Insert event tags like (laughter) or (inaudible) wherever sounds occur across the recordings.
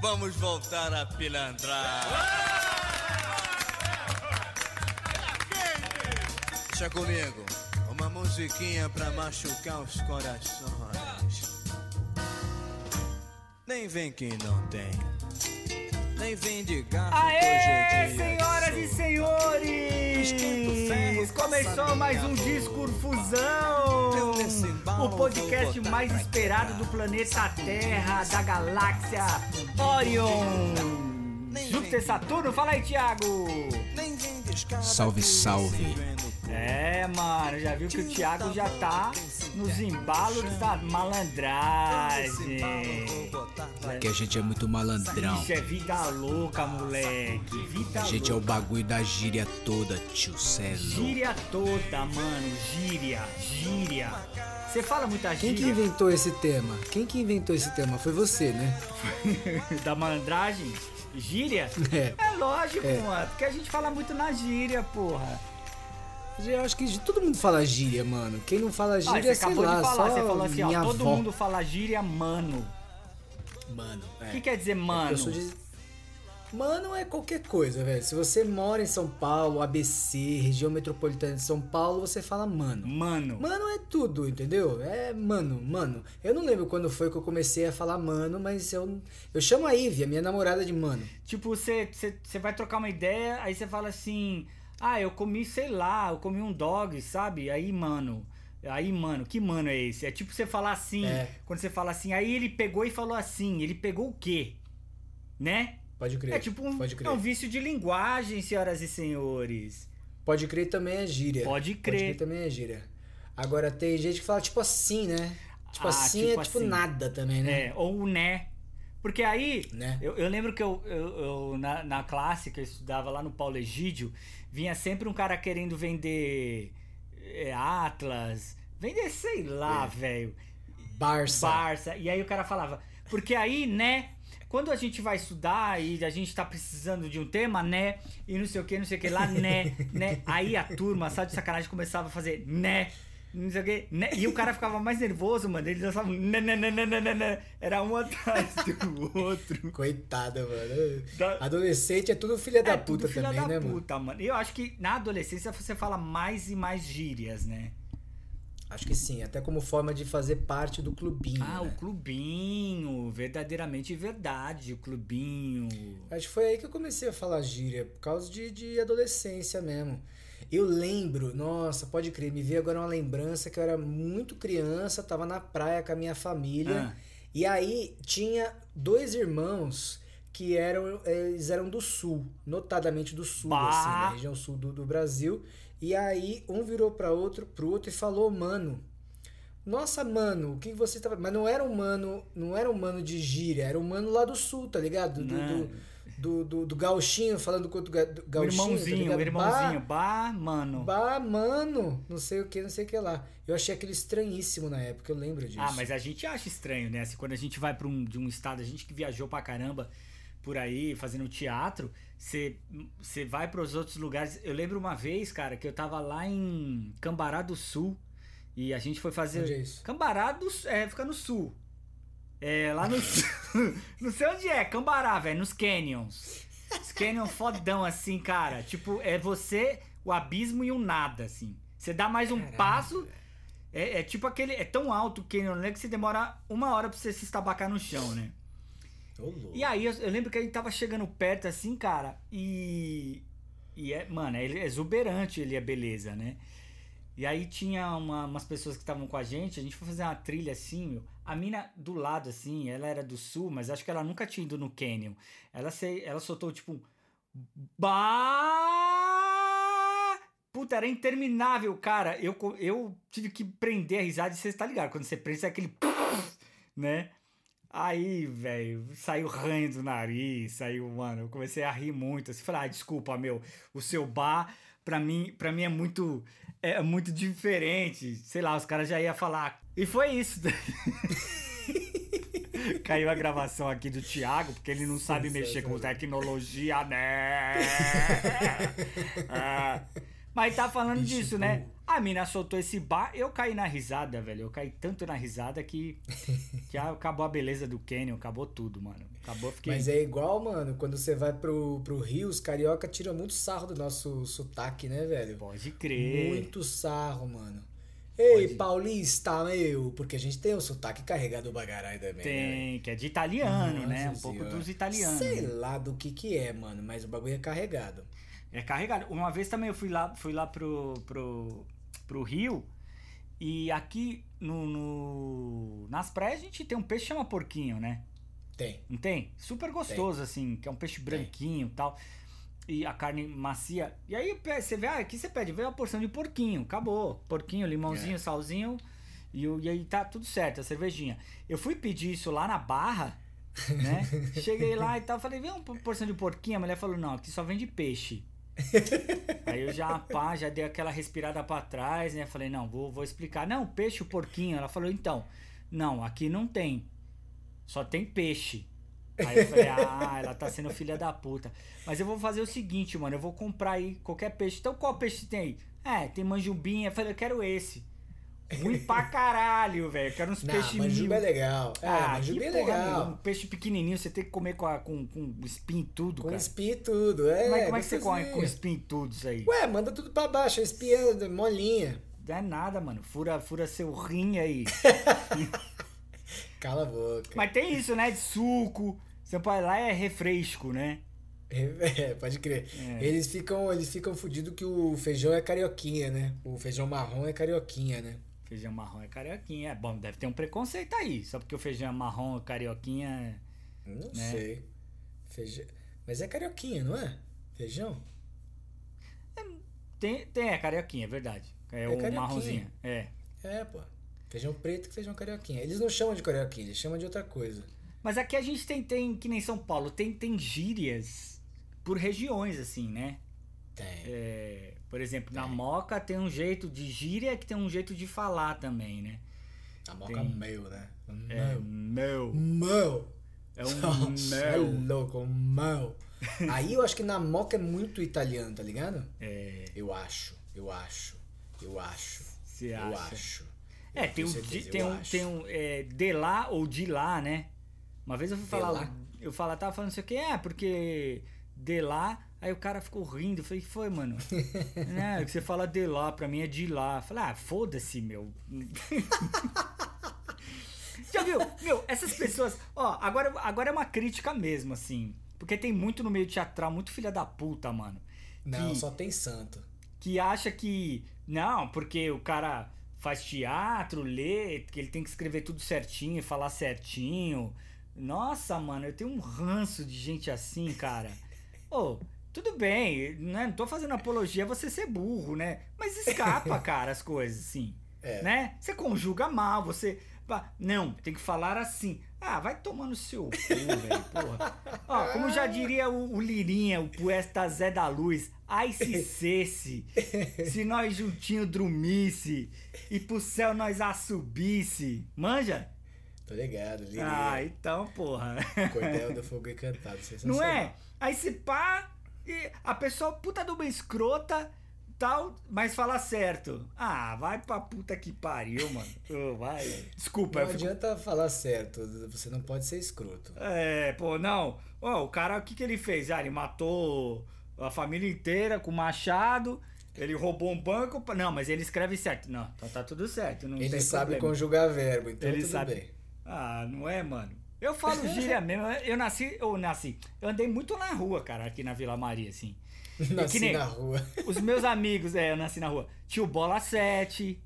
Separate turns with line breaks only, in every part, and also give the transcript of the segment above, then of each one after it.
Vamos voltar a pilantrar. Deixa comigo. Uma musiquinha pra machucar os corações. Nem vem que não tem. Nem vem de gato
Aê,
hoje em dia
senhoras
que
e
sou. Então, Esquenta o
senhores!
ferro, passa
Começou mais
minha
um
boca.
Disco Fusão!
Eu nesse embalo
O podcast
um vou botar
mais
pra
esperado
quebrar.
do planeta Terra, da galáxia Orion!
Nem
Júpiter,
vem.
Saturno, fala aí, Thiago!
Nem vem de escada
Salve,
que
salve.
se vê no cu.
É, mano, já viu que o Thiago já tá nos embalos da malandragem!
Que a gente é muito malandrão.
Isso é vida louca, moleque! Vida
A gente é o
louca!
bagulho da gíria toda, tio. Cê é louco.
Gíria toda, mano, gíria, gíria. Você fala muita
Quem que
gíria
inventou esse tema? Quem que inventou esse tema? Foi você, né?
(laughs) da malandragem? Gíria?
É.
É lógico,
É.
mano, porque a gente fala muito na gíria, porra.
Eu acho que todo mundo fala gíria, mano. Quem não fala
Ah,
gíria,
você
é sei
acabou
lá,
de falar,
só
você falou assim, ó,
minha
todo
avó.
mundo fala gíria, mano.
Mano,
O
é.
que quer dizer mano?
Eu sou de... Mano é qualquer coisa, velho. Se você mora em São Paulo, ABC, região metropolitana de São Paulo, você fala mano.
Mano.
Mano é tudo, entendeu? É mano, mano. Eu não lembro quando foi que eu comecei a falar mano, mas eu, eu chamo a Ivy, a minha namorada, de mano.
Tipo, você, você, você vai trocar uma ideia, aí você fala assim, ah, eu comi, sei lá, eu comi um dog, sabe? Aí, mano. Aí, mano, que mano é esse? É tipo você falar assim,
É.
quando você fala assim, aí ele pegou e falou assim, ele pegou o quê? Né?
Pode crer.
É tipo um,
Pode crer.
é um vício de linguagem, senhoras e senhores.
Pode crer também é gíria.
Pode crer.
Pode crer também é gíria. Agora tem gente que fala tipo assim, né? Tipo
Ah,
assim
tipo
é tipo
assim.
nada também, né?
É, ou o né. Porque aí,
Né?
eu, eu lembro que eu, eu- eu, na, na classe que eu estudava lá no Paulo Egídio, vinha sempre um cara querendo vender é, Atlas, vender sei lá, velho,
Barça.
Barça. E aí o cara falava, porque aí, né, quando a gente vai estudar e a gente tá precisando de um tema, né, e não sei o que, não sei o que lá, né, né. Aí a turma, sabe, de sacanagem, começava a fazer né. Não sei o que, né? E o cara ficava mais nervoso, mano. Eles dançavam. né, né, né, né, né, né, né. Era um atrás do outro.
Coitada, mano.
Da-
Adolescente é tudo filha da
é, tudo
puta
filha
também,
da
né, mano?
puta, mano? E Eu acho que na adolescência você fala mais e mais gírias, né?
Acho que sim, até como forma de fazer parte do clubinho.
Ah,
né?
o clubinho, verdadeiramente verdade, o clubinho.
Acho que foi aí que eu comecei a falar gíria, por causa de, de adolescência mesmo. Eu lembro, nossa, pode crer, me veio agora uma lembrança que eu era muito criança, tava na praia com a minha família,
Ah.
e aí tinha dois irmãos que eram, eles eram do sul, notadamente do sul,
Bah.
assim, da região sul do, do Brasil, e aí um virou para outro, pro outro e falou, mano, nossa, mano, o que você tava. Mas não era um mano, não era um mano de gíria, era um mano lá do sul, tá ligado? Do,
Não.
do, do, do- do gauchinho, falando com outro ga- do
O
gauchinho.
Um irmãozinho,
tá
o
ligado?
irmãozinho. Bah,
Bah,
mano.
bah, mano, não sei o que, não sei o que lá. Eu achei aquilo estranhíssimo na época, eu lembro disso.
ah, mas a gente acha estranho, né? Assim, quando a gente vai pra um, de um estado, a gente que viajou pra caramba por aí, fazendo teatro, você você vai pros outros lugares. Eu lembro uma vez, cara, que eu tava lá em Cambará do Sul e a gente foi fazer.
Onde é isso?
Cambará do Sul, é, fica no sul. É, lá no sul. (laughs) Não sei onde é, Cambará, velho, nos canyons. Os canyons fodão, assim, cara. Tipo, é você, o abismo e o nada, assim. Você dá mais um passo. É, é tipo aquele. É tão alto o canyon, né? Que você demora uma hora pra você se estabacar no chão, né?
Ô, louco.
E aí eu, eu lembro que a gente tava chegando perto assim, cara, e. E é, mano, ele é exuberante ele é beleza, né? E aí tinha uma- umas pessoas que estavam com a gente, a gente foi fazer uma trilha assim, meu. A mina do lado, assim, ela era do sul, mas acho que ela nunca tinha ido no Canyon. Ela, se, ela soltou tipo um. Bah! Puta, era interminável, cara. Eu, co- eu tive que prender a risada e você tá ligado? Quando você prende, é aquele. né? Aí, velho, saiu ranho do nariz, saiu, mano, eu comecei a rir muito. Assim, falei, ah, desculpa, meu, o seu bar, pra mim, pra mim é muito é muito diferente. Sei lá, os caras já iam falar. E foi isso. (laughs) Caiu a gravação aqui do Thiago, porque ele não sabe mexer com tecnologia, né? É. Mas tá falando disso, né?
burro.
Ah, a mina soltou esse bar, eu caí na risada, velho. Eu caí tanto na risada que, que acabou a beleza do Canyon, acabou tudo, mano. Acabou, fiquei.
Mas é igual, mano, quando você vai pro, pro Rio, os carioca tiram muito sarro do nosso sotaque, né, velho?
Pode crer.
Muito sarro, mano. Ei,
Pode.
paulista, meu! Porque a gente tem um sotaque carregado bagarai também, né?
Tem, que é de italiano,
Nossa
né? Um pouco
Senhora.
dos italianos.
Sei lá do que que é, mano, mas o bagulho é carregado.
É carregado. Uma vez também eu fui lá, fui lá pro, pro, pro Rio e aqui no, no- nas praias a gente tem um peixe que chama porquinho, né?
Tem.
Não tem? Super gostoso, assim, que é um peixe branquinho e tal. E a carne macia. E aí pe- você vê, ah, aqui você pede, vê uma porção de porquinho, acabou. Porquinho, limãozinho, salzinho. E, o- e aí tá tudo certo, a cervejinha. Eu fui pedir isso lá na barra,
(laughs)
né? Cheguei lá e tal, falei, vê uma por- porção de porquinho. A mulher falou, não, aqui só vende
(laughs)
peixe. aí eu já, pá, já dei aquela respirada pra trás, né? Falei, não, vou, vou explicar. Não, peixe, o porquinho. Ela falou, então, não, aqui não tem. Só tem peixe. Aí eu falei, ah, ela tá sendo filha da puta. Mas eu vou fazer o seguinte, mano, eu vou comprar aí qualquer peixe. Então qual peixe tem aí? É, tem manjubinha. Eu falei, eu quero esse. Ruim pra caralho, velho. Eu quero uns
Não,
peixes
Manjuba é
mil-
legal. Ah, Manjuba
que
é
porra
legal.
nenhuma. Um peixe pequenininho, você tem que comer com, a, com, com espinho e tudo,
Com
cara.
espinho e tudo, é.
Mas como é que você come com
gostosinho.
espinho e tudo isso aí?
Ué, manda tudo pra baixo, a espinha é molinha.
Não é nada, mano. Fura, fura seu rim aí.
(laughs) Cala a boca.
Mas tem isso, né? De suco. Você pode lá é refresco, né?
É, (laughs) pode crer. Eles ficam, eles ficam fudidos que o feijão é carioquinha, né? O feijão marrom é carioquinha, né?
Feijão marrom é carioquinha. É bom, deve ter um preconceito aí. Só porque o feijão é marrom, carioquinha.
Não
É.
sei. Feijão. Mas é carioquinha, não é? Feijão?
Tem, tem é carioquinha, é verdade. É, o
carioquinha.
marronzinho. É.
É, pô. Feijão preto e feijão carioquinha. Eles não chamam de carioquinha, eles chamam de outra coisa.
Mas aqui a gente tem, tem que nem São Paulo, tem, tem gírias por regiões, assim, né?
Tem.
É, por exemplo, na Moca tem um jeito de gíria que tem um jeito de falar também, né?
A moca
tem.
meu, né?
É
Meu.
meu.
Meu.
É um
Nossa, é
meu.
louco, meu.
(laughs)
Aí eu acho que na moca é muito italiano, tá ligado?
É,
Eu acho, eu acho, eu acho.
Você
eu
acha?
acho.
é
Eu
tem,
tenho
um,
certeza,
de-
eu
tem um,
acho.
tem um é, de lá ou de lá, né? Uma vez eu fui
De
falar,
lá?
eu falar, tava falando isso aqui, é, porque de lá, aí o cara ficou rindo, eu falei, que foi,
(laughs)
mano? é, que você fala de lá, pra mim é de lá. Eu falei, ah, foda-se, meu. (laughs) Já viu? Meu, essas pessoas, ó, agora, agora é uma crítica mesmo, assim, porque tem muito no meio teatral, muito filha da puta, mano
Não,
Que-
só tem santo.
que acha que não, porque o cara faz teatro, lê, que ele tem que escrever tudo certinho, falar certinho. Nossa, mano, eu tenho um ranço de gente assim, cara. Ô, tudo bem, né? Não tô fazendo apologia a você ser burro, né? Mas escapa, cara, as coisas, assim.
É.
Né? Você conjuga mal, você. Ah, Não, tem que falar assim. Ah, vai tomando seu cu, velho, porra. Ó, como já diria o, o Lirinha, o poeta Zé da Luz, ai se cesse, se nós juntinho drumisse e pro céu nós a subisse. Manja?
Tô tá ligado, Lili. (laughs)
Ah, então, porra.
Cordel do Fogo Encantado,
(laughs)
sensacional.
Não é? Aí se pá, e a pessoa puta de uma escrota, tal, mas fala certo. Ah, vai pra puta que pariu, mano. (laughs) Ô, vai. Desculpa,
Não
eu fico-
adianta falar certo, você não pode ser escroto.
É, pô, não. Ó, o cara, o que que ele fez? Ah, ele matou a família inteira com machado, ele roubou um banco. pa- Não, mas ele escreve certo. Não, então tá tudo certo. Não
Ele
tem
sabe
problema.
conjugar verbo, então
Ele
tudo
sabe.
bem.
Ah, não é, mano? Eu falo
(laughs)
gíria mesmo. Eu nasci, eu nasci. Eu andei muito na rua, cara, aqui na Vila Maria, assim.
(laughs) Nasci
que nem-
na rua.
Os meus amigos, é, eu nasci na rua. Tio Bola 7,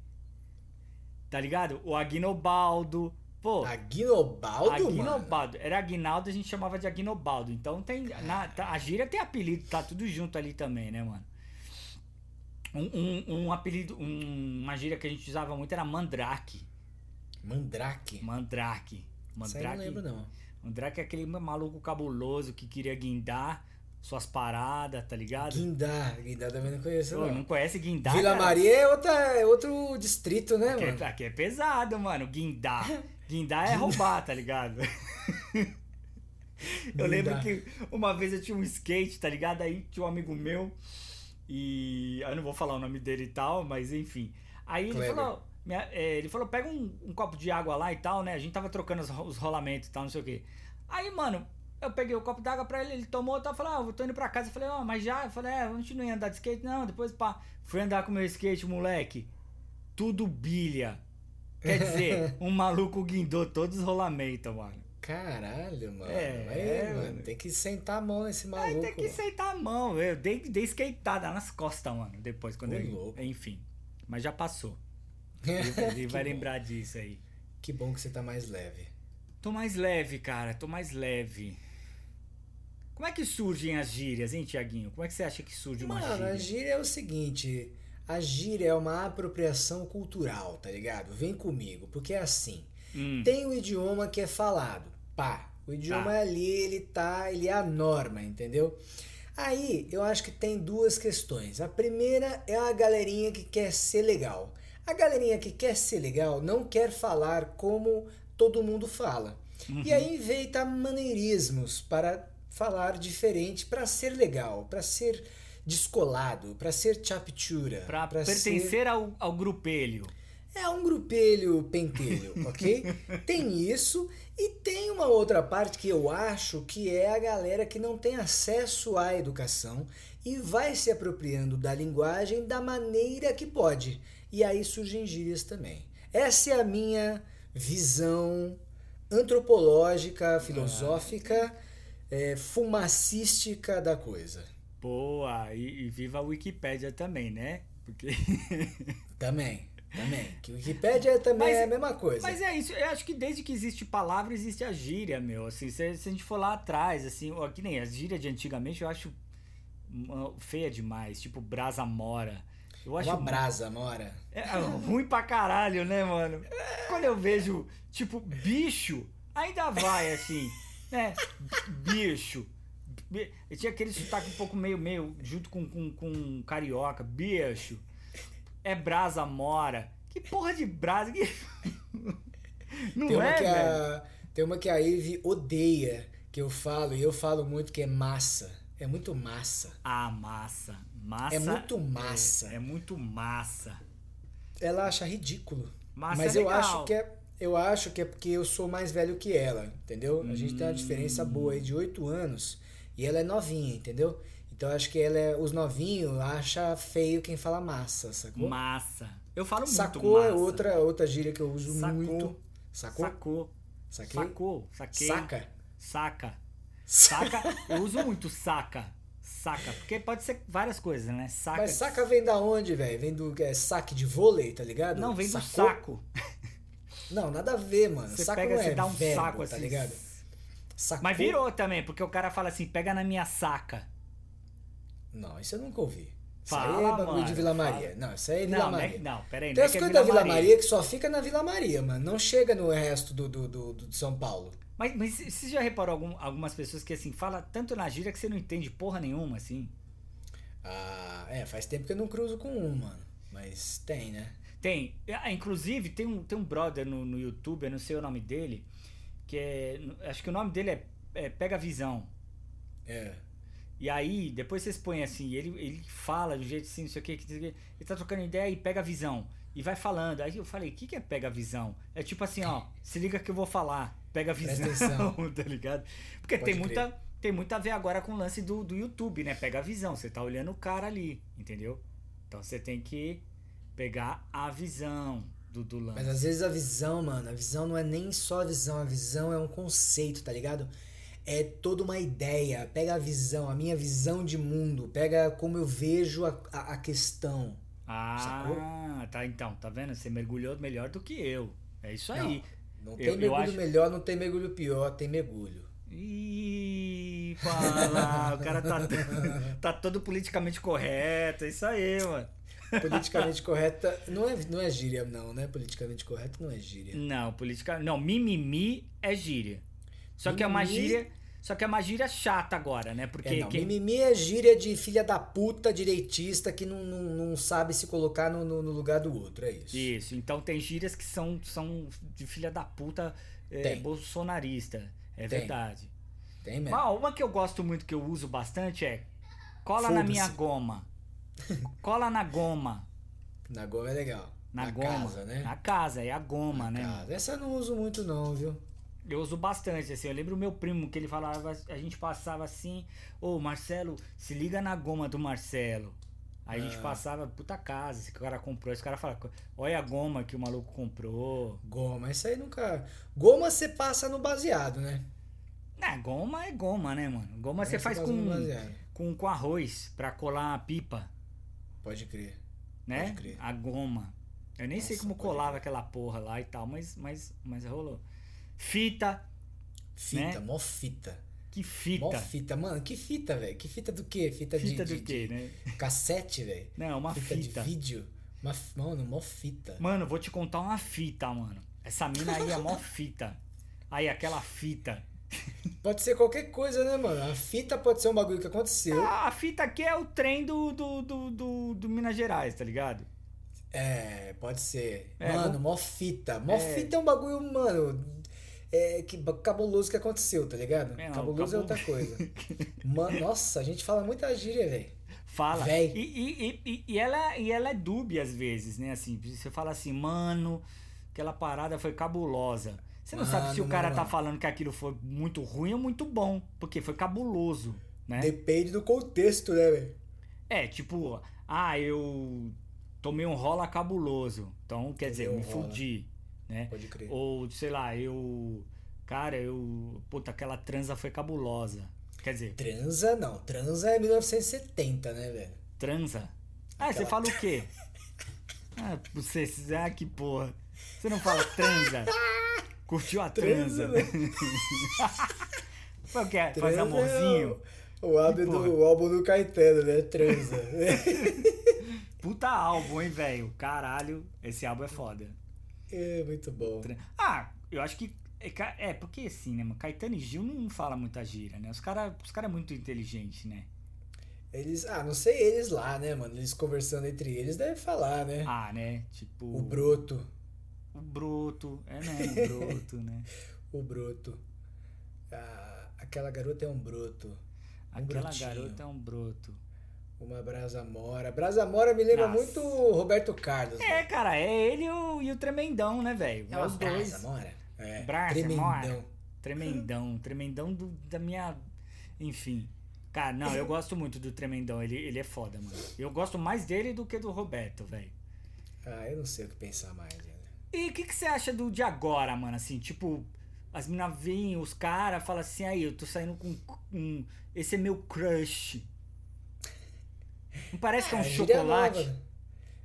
tá ligado? O Agnobaldo. Pô,
Aguinobaldo, mano?
Aguinobaldo. Era Aguinaldo, a gente chamava de Aguinobaldo. Então tem. na- tá- a gíria tem apelido, tá tudo junto ali também, né, mano? Um, um- um apelido, um- uma gíria que a gente usava muito era Mandrake.
Mandrake.
Mandrake.
Isso aí eu não lembro, né?
Mandrake.
não.
Mandrake é aquele maluco cabuloso que queria guindar suas paradas, tá ligado?
Guindar. Guindar também não conheço,
Pô,
não.
não conhece guindar?
Vila
cara?
Maria é, outra, é outro distrito, né,
Aqui
mano?
é, aqui é pesado, mano.
(laughs)
Guindar. Guindar é roubar, tá ligado? Eu lembro
Guindar.
que uma vez eu tinha um skate, tá ligado? Aí tinha um amigo meu. E aí eu não vou falar o nome dele e tal, mas enfim. Aí ele
Kleber.
falou, minha- é, ele falou, pega um, um copo de água lá e tal, né? A gente tava trocando os, ro- os rolamentos e tal, não sei o quê. Aí, mano, eu peguei o copo d'água pra ele, ele tomou e tal, falou, ah, eu tô indo pra casa. Eu falei, ó, mas já? Eu falei, é, a gente não ia andar de skate? Não, depois pá. Fui andar com meu skate, moleque. Tudo bilha. Quer dizer, um maluco guindou todos os rolamentos, mano.
Caralho, mano.
É,
É,
é,
mano.
mano.
Tem que sentar a mão nesse maluco.
Aí tem que
mano.
aceitar a mão. Eu dei, dei skateada nas costas, mano. Depois, quando
Ô,
ele.
louco.
Enfim. Mas já
(laughs)
passou. Ele, ele vai lembrar disso aí.
Que bom que você tá mais leve.
Tô mais leve, cara. Tô mais leve. Como é que surgem as gírias, hein, Tiaguinho? Como é que você acha que surge uma
Mano, a
gíria?
gíria é o seguinte: a gíria é uma apropriação cultural, tá ligado? Vem comigo, porque é assim.
Hum,
Tem o idioma que é falado, pá. O idioma é
Tá.
ali, ele tá, ele é a norma, entendeu? Aí, eu acho que tem duas questões. A primeira é a galerinha que quer ser legal. A galerinha que quer ser legal não quer falar como todo mundo fala.
Uhum.
E aí inventa maneirismos para falar diferente, para ser legal, para ser descolado, para ser chaptura,
pra
pra
pertencer ao, ao grupelho.
é um grupelho pentelho,
(laughs)
ok? tem isso e tem uma outra parte que eu acho que é a galera que não tem acesso à educação e vai se apropriando da linguagem da maneira que pode. E aí surgem gírias também. Essa é a minha visão antropológica,
Ah.
filosófica, eh, fumacística da coisa.
Boa. E, e viva a Wikipédia também, né? Porque.
Também, também. Que Wikipédia também
Mas-
é a mesma coisa.
Mas é isso, eu acho que desde que existe palavra, existe a gíria, meu. Assim, se, se a gente for lá atrás, assim, ó, que nem a gíria de antigamente, eu acho hum, feia demais, tipo brasa mora. Eu acho
Uma brasa, mora.
é, é ruim pra caralho, né, mano? Quando eu vejo, tipo, bicho, ainda vai assim, né? Bicho. Bi- Eu tinha aquele sotaque um pouco meio, meio, junto com, com, com carioca, bicho. É brasa mora. Que porra de brasa? que- (laughs) Não
Tem uma,
é,
que
velho?
a, tem uma que a Eve odeia, que eu falo, e eu falo muito que é massa. É muito massa.
Ah, massa. Massa.
é muito massa.
É muito massa.
Ela acha ridículo.
Massa
Mas
é
eu
legal.
acho que é. Eu acho que é porque eu sou mais velho que ela, entendeu? A gente tem uma diferença boa aí de 8 anos e ela é novinha, entendeu? Então eu acho que ela é. Os novinhos acham feio quem fala massa, sacou?
Massa. Eu falo muito
sacou
massa.
é outra, outra gíria que eu uso
Sacou.
muito. Sacou?
Sacou.
Saquei?
Sacou. Saquei.
Saca?
Saca. Saca, eu uso muito saca. Saca, porque pode ser várias coisas, né? Saca.
Mas saca vem da onde, velho? Vem do é, saque de vôlei, tá ligado?
Não, vem do
Sacou?
saco.
Não, nada a ver, mano.
Você
saco
pega,
não
você
é
dá um
verbo,
saco assim.
tá ligado? Sacou?
Mas virou também, porque o cara fala assim, pega na minha saca.
Não, isso eu nunca ouvi. isso aí é
Fala,
bagulho de
mano,
Vila Maria. Não, isso aí é Vila
não,
Maria.
né? não, peraí,
Tem
não é
as
que é
coisas
Vila
da Vila
Maria.
Maria. que só fica na Vila Maria, mano. Não chega no resto do, do, do, do- de São Paulo.
Mas, mas você já reparou algum- algumas pessoas que assim, fala tanto na gíria que você não entende porra nenhuma, assim?
Ah, é, faz tempo que eu não cruzo com um, mano. Mas tem, né?
Tem. Ah, inclusive, tem um, tem um brother no, no YouTube, eu não sei o nome dele, que é. Acho que o nome dele é, é Pega Visão.
É.
E aí, depois vocês põem assim, ele, ele fala de um jeito assim, não sei o que, que não sei o quê. ele tá trocando ideia e pega a visão. E vai falando. Aí eu falei, o que, que é pega a visão? É tipo assim, ó, se liga que eu vou falar. Pega a
Presta
visão, (laughs) tá ligado? Porque
Pode
tem
crer.
muita, tem muito a ver agora com o lance do, do YouTube, né? Pega a visão. Você tá olhando o cara ali, entendeu? Então você tem que pegar a visão do, do lance.
Mas é- às vezes a visão, mano, a visão não é nem só a visão, a visão é um conceito, tá ligado? É toda uma ideia. Pega a visão, a minha visão de mundo, pega como eu vejo a, a- a questão.
ah,
sacou?
tá. Então, tá vendo? Você mergulhou melhor do que eu. É isso aí.
Não,
Eu-
tem
eu
mergulho
acho-
melhor, não tem mergulho pior, tem mergulho.
Ih, fala, o cara tá, (laughs) tá todo politicamente correto, é isso aí, mano. (laughs)
Politicamente correta não é, não é gíria, não, né? Politicamente correto não é gíria.
Não, política, não, mimimi é gíria. Só que é uma
Mimimi?
gíria, só que é uma gíria chata agora, né? Porque
É, não.
quem-
Mimimi é gíria de filha da puta direitista que não, não, não sabe se colocar no, no- no lugar do outro, é isso.
isso, então tem gírias que são são de filha da puta é,
Tem.
bolsonarista, é
Tem.
verdade.
Tem mesmo.
Mas uma que eu gosto muito que eu uso bastante é cola na minha
(laughs) Foda-se.
goma. Cola na goma.
Na goma é legal.
Na, goma.
casa, né?
Na casa, é a goma, né? mano?
Casa. Ah, Essa eu não uso muito não, viu?
Eu uso bastante, assim. Eu lembro o meu primo que ele falava, a gente passava assim, ô Marcelo, se liga na goma do Marcelo. Aí a
É.
gente passava, puta casa, esse cara comprou, esse cara fala, olha a goma que o maluco comprou.
Goma, isso aí nunca... Goma você passa no baseado, né?
É, goma é goma, né, mano? Goma você
Essa
faz
passa no
com,
baseado.
com, com arroz pra colar a pipa,
Pode crer.
né?
Pode crer.
A goma. Eu nem sei
Nossa,
como
pode
colava aquela porra lá e tal, mas, mas, mas rolou. Fita,
Fita,
Né?
mó fita.
que
Mó
fita.
fita, mano, que fita, velho? Que fita do quê? Fita, de-
Fita
de,
do quê,
de
né?
cassete, velho?
Não, uma
Fita,
fita.
de vídeo. Uma, f- mano, mó fita.
Mano, vou te contar uma fita, mano. Essa mina aí é mó fita. Aí, aquela fita.
Pode ser qualquer coisa, né, mano? A fita pode ser um bagulho que aconteceu.
Ah, a fita aqui é o trem do, do, do, do, do Minas Gerais, tá ligado?
É, pode ser.
É,
mano,
vamos-
mó fita. Mó
É.
fita é um bagulho, mano, é, que ba- cabuloso que aconteceu, tá ligado?
É, não,
cabuloso
cabu-
é outra coisa.
(laughs)
mano, nossa, a gente fala muita gíria, velho.
Fala.
Véi.
E, e, e, e, ela, e ela é dúbia às vezes, né? Assim, você fala assim, mano, aquela parada foi cabulosa. Você não sabe se o
Mano,
cara tá
mano.
falando que aquilo foi muito ruim ou muito bom. Porque foi cabuloso, né?
Depende do contexto, né, velho?
É, tipo, ah, eu tomei um rola cabuloso. Então, quer dizer, eu
Tomei
me
um rola.
fudi, né?
Pode crer.
Ou, sei lá, eu. Cara, eu. Puta, aquela transa foi cabulosa. Quer dizer,
Transa não, transa é 1970, né, velho?
transa? Ah, você
Aquela-
fala o
(laughs)
quê? Ah, você. Ah, que porra. Você não fala transa? Curtiu a transa?
Transa, né?
(laughs) Foi o quê? Faz
Transa
amorzinho?
é O, o, álbum
porra.
do, o álbum do Caetano, né? Transa. (laughs)
Puta álbum, hein, velho? Caralho, esse álbum é foda.
é muito bom.
Tra- Ah, eu acho que. É, ca- é, porque assim, né, mano? Caetano e Gil não fala muita gira, né? Os caras os cara é muito inteligente, né?
Eles, ah, não sei eles lá, né, mano? Eles conversando entre eles devem falar, né?
Ah, né? Tipo.
O broto,
O broto. É, né? (laughs) O broto, né?
o broto. Ah, aquela garota é um broto. Um
Aquela
brotinho.
garota é um broto.
Uma brasa mora. Brasa mora me lembra
Nossa.
muito o Roberto Carlos.
É,
né?
cara, é ele e o, e o tremendão, né, velho? É,
uma
os
brasa
dois.
mora. É,
Brasa
tremendão.
mora. Tremendão. Tremendão do- da minha. Enfim. Cara, não, eu gosto muito do tremendão. Ele, ele é foda, mano. Eu gosto mais dele do que do Roberto, velho.
Ah, eu não sei o que pensar mais, velho.
E o que, que você acha do de agora, mano? Assim, tipo, as minas vêm, os caras falam assim, aí, eu tô saindo com. com- esse é meu crush. Não parece que é um
a Ah, gíria
chocolate?
nova. né?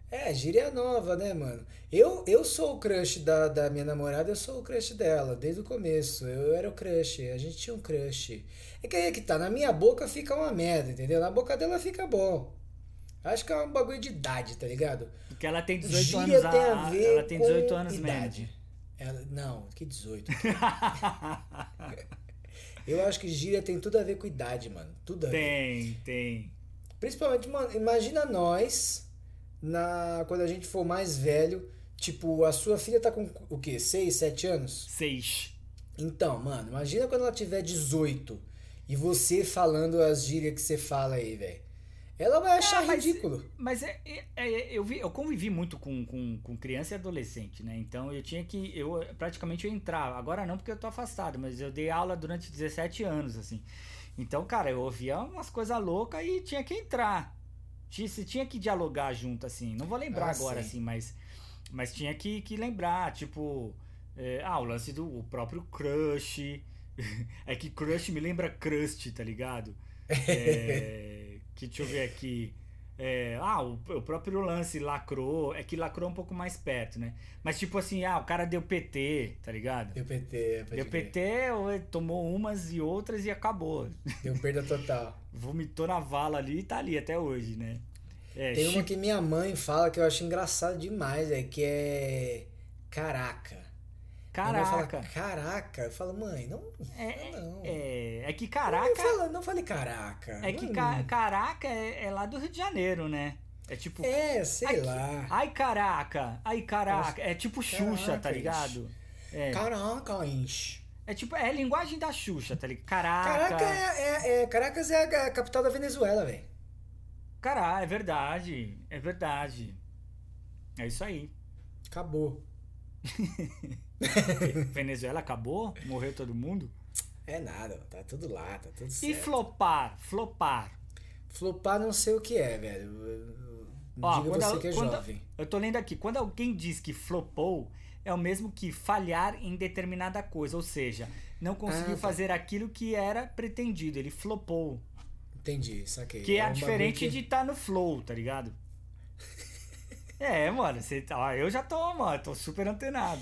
É, gíria nova, né, mano? Eu, eu sou o crush da, da minha namorada, eu sou o crush dela, desde o começo. Eu era o crush, a gente tinha um crush. É que aí que tá, na minha boca fica uma merda, entendeu? Na boca dela fica bom. Acho que é um bagulho de idade, tá ligado?
Porque ela tem 18
Gíria
anos.
tem a
a-
ver
ela tem 18
com
anos
idade.
menos.
Ela, não, que 18. Eu acho que gíria tem tudo a ver com idade, mano. Tudo a ver.
(laughs) tem, tem.
Principalmente, mano, imagina nós, na, quando a gente for mais velho, tipo, a sua filha tá com o quê? 6, 7 anos?
Seis.
Então, mano, imagina quando ela tiver 18 e você falando as gírias que você fala aí, velho. Ela vai achar
Ah, mas-
ridículo.
Mas é, é- é- eu, vi- eu convivi muito com, com, com criança e adolescente, né? Então eu tinha que. Eu praticamente eu entrava. Agora não, porque eu tô afastado, mas eu dei aula durante 17 anos, assim. Então, cara, eu ouvia umas coisas loucas e tinha que entrar. Tinha, se tinha que dialogar junto, assim. Não vou lembrar
Ah,
agora,
sim.
assim, mas, mas tinha que, que lembrar, tipo. é, ah, o lance do o próprio crush. (laughs) é que crush me lembra crust, tá
(laughs)
ligado? É, que deixa eu ver aqui. É, ah, o, o próprio lance lacrou. É que lacrou é um pouco mais perto, né? Mas tipo assim, ah, o cara deu PT, tá ligado?
Deu PT, pode
Deu
crer.
PT, ou ele tomou umas e outras e acabou.
Deu perda total.
Vomitou na vala ali e tá ali até hoje, né? É,
Tem uma
chi-
que minha mãe fala que eu acho engraçado demais, é que é. Caraca. Minha mãe fala,
Caraca.
caraca. Eu falo, mãe, não.
É,
não.
é, é que
Não,
caraca.
fala- não falei caraca.
É que
Não-
ca- caraca é, é lá do Rio de Janeiro, né? É tipo.
É, sei
Ai, que-
lá.
Ai, caraca! Ai, caraca!
Nossa,
É tipo Xuxa, tá
caraca,
ligado? É,
Caraca, enche.
é tipo, é a linguagem da Xuxa, tá ligado? Caraca!
Caraca, é, é- é- Caracas é a ga- capital da Venezuela, velho.
Caralho, é verdade. É verdade. É isso aí.
Acabou. (laughs)
Venezuela acabou? Morreu todo mundo?
É nada, tá tudo lá, tá tudo
E
certo.
flopar? Flopar.
Flopar não sei o que é, velho.
Ó,
Diga
quando
você
a-
que é
quando a-
jovem.
Eu tô lendo aqui. Quando alguém diz que flopou, é o mesmo que falhar em determinada coisa. Ou seja, não conseguiu
Ah, tá.
fazer aquilo que era pretendido. Ele flopou.
Entendi, saquei.
Que é,
um
diferente
bagulho que-
de estar no flow, tá
(laughs)
ligado? É, mano, você tá- ó, eu já tô, mano, tô super
(laughs)
antenado.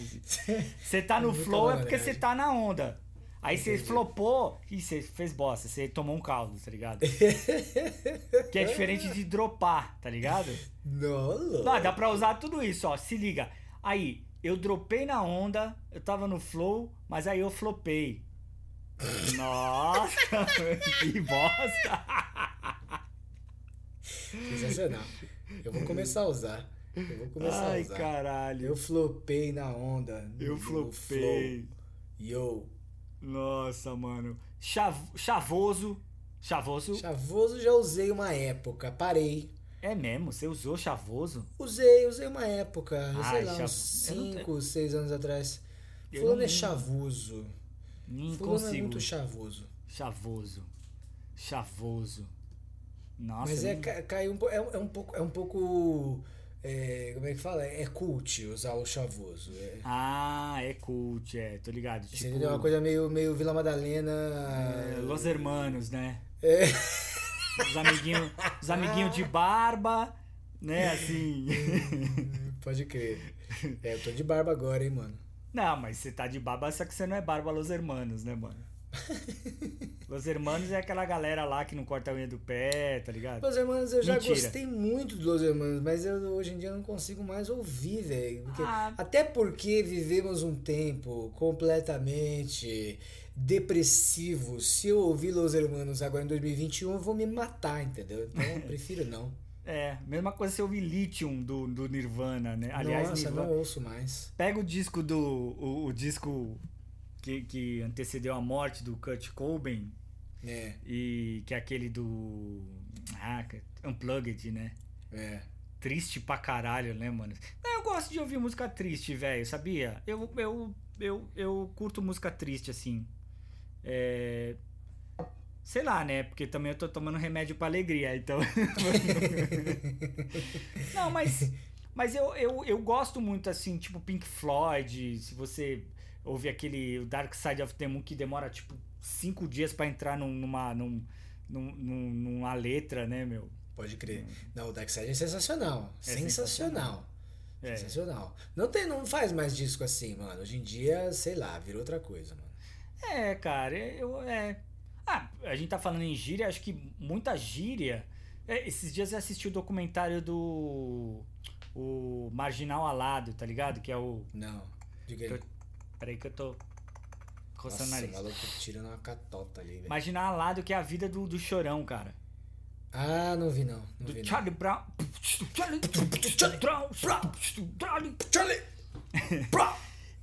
Você tá no
Eu nunca
flow
vou,
é
na
porque você
verdade.
tá na onda. Aí você
Entendi.
flopou e você fez bosta, você tomou um caldo, tá
(laughs)
ligado? que é diferente de dropar, tá ligado?
Não, louco.
Não, dá pra usar tudo isso, ó, se liga. Aí, eu dropei na onda, eu tava no flow, mas aí eu flopei.
(laughs)
Nossa, (laughs) que bosta!
Sensacional. Eu vou começar a usar. Eu vou começar a
Ai,
usar.
caralho.
Eu flopei na onda. no-
Eu
no
flopei.
flow. Yo.
Nossa, mano. Chav- chavoso. Chavoso?
Chavoso já usei uma época, parei.
É mesmo? Você usou chavoso?
Usei, usei uma época,
Ai,
sei lá,
chavo-
uns
eu não
5, 6 anos atrás.
Eu
Fulano
não
é
lembro.
chavoso.
Nem
Fulano é
consigo.
muito chavoso.
Chavoso. Chavoso. Nossa.
Mas
eu
é,
não-
ca- caiu um, po- é, um- é um pouco. É um pouco. é, como é que fala? É cult usar o chavoso. É,
Ah, é cult, é. Tô ligado.
Você
Tipo,
entendeu? É uma coisa meio, meio Vila Madalena.
é, Los Hermanos, né?
É.
Os amiguinhos os amiguinho de barba, né? Assim.
Pode crer. É, eu tô de barba agora, hein, mano.
Não, mas você tá de barba, só que você não é barba Los Hermanos, né,
(laughs)
mano? Los Hermanos é aquela galera lá que não corta a unha do pé, tá ligado?
Los Hermanos, eu já
Mentira.
gostei muito dos Los Hermanos, mas eu, hoje em dia eu não consigo mais ouvir, velho. porque-
Ah.
Até porque vivemos um tempo completamente depressivo. Se eu ouvir Los Hermanos agora em 2021, eu vou um, me matar, entendeu? Então
(laughs)
eu prefiro não.
É, mesma coisa se eu ouvir Lithium do, do Nirvana, né? Aliás,
Nossa,
Nirvana.
não ouço mais.
Pega o disco do. O, o disco que, que antecedeu a morte do Kurt Cobain,
É,
e que é aquele do. Ah, Unplugged, né?
é.
triste pra caralho, né, mano? Mas Eu gosto de ouvir música triste, velho, sabia? Eu, eu, eu, eu curto música triste, assim. É... Sei lá, né? Porque também eu tô tomando remédio pra alegria, então. (laughs) Não, mas. Mas eu, eu, eu gosto muito, assim, tipo Pink Floyd. Se você ouve aquele o Dark Side of the Moon que demora, tipo, cinco dias pra entrar num- numa, num- num- num- numa letra, né, meu?
Pode crer. Não, o Dark Side é sensacional.
É
sensacional.
É.
Sensacional. Não, tem, não faz mais disco assim, mano. Hoje em dia, sei lá, virou outra coisa, mano.
É, cara, é, eu é. Ah, a gente tá falando em gíria, acho que muita gíria. É, esses dias eu assisti o documentário do o Marginal Alado, tá ligado? Que é o.
Não. Diga aí.
Eu- Peraí que eu tô coçando o
Nossa, o
nariz.
maluco tirando uma catota ali, velho.
Marginal Alado, que é a vida do, do chorão, cara.
Ah, não vi não. Não vi
Do
não.
Charlie Brown. Charlie Brown. Charlie
Charlie!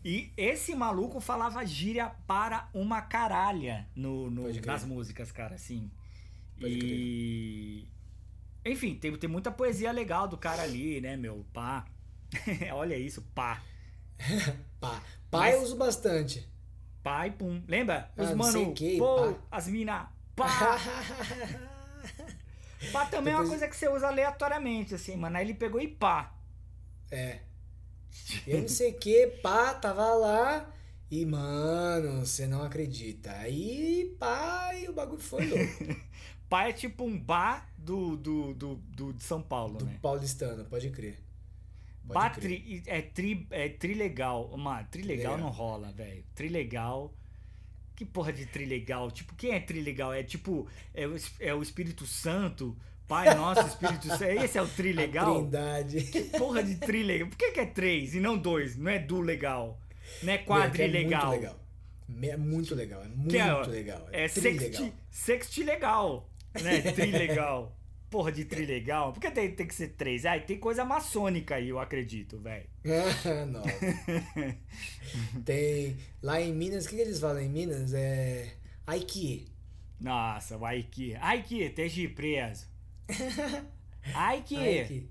E esse maluco falava gíria para uma caralha no, no-
Pode crer.
nas músicas, cara, assim.
Pode
e. Enfim, tem, tem muita poesia legal do cara ali, né, meu? Pá. (laughs) Olha isso, pá.
Pá. Pá eu
Mas-
uso bastante. (laughs)
Pá e pum. Lembra? Os
Ah, não sei
mano,
que,
pô,
pá.
as mina,
(laughs)
pá. Pá também é uma
Depois-
coisa que você usa aleatoriamente, assim, mano. Aí ele pegou e pá.
é. Eu não sei o que, pá, tava lá. E, mano, você não acredita. Aí, pá, e o bagulho foi louco.
Pá é tipo um bar do, do, do, do- de São Paulo,
Do
né?
paulistano, pode crer. Pode crer. É.
Batri é tri, é trilegal. Mano, trilegal
Trilegal.
não rola, velho. Trilegal. Que porra de trilegal? Tipo, quem é trilegal? É tipo, é o, es- é o Espírito Santo, Pai Nosso, Espírito Santo. Esse é o
A
trilegal?
Trindade.
Que porra de trilegal? Por que, que é três e não dois? Não é do legal? Não é quadrilegal?
É muito legal. É muito legal. É muito
Que é, ó,
legal.
É
trilegal. (laughs)
sexti, sextilegal, né? Trilegal. porra de trilegal. Por que tem, tem que ser três? Ah, e tem coisa maçônica aí, eu acredito, velho.
Ah, não.
(laughs)
Tem. Lá em Minas, o que, que eles falam em Minas? É. Aiki.
Nossa, o Aiki. Aiki, esteja preso. Ai que. É.
Aí que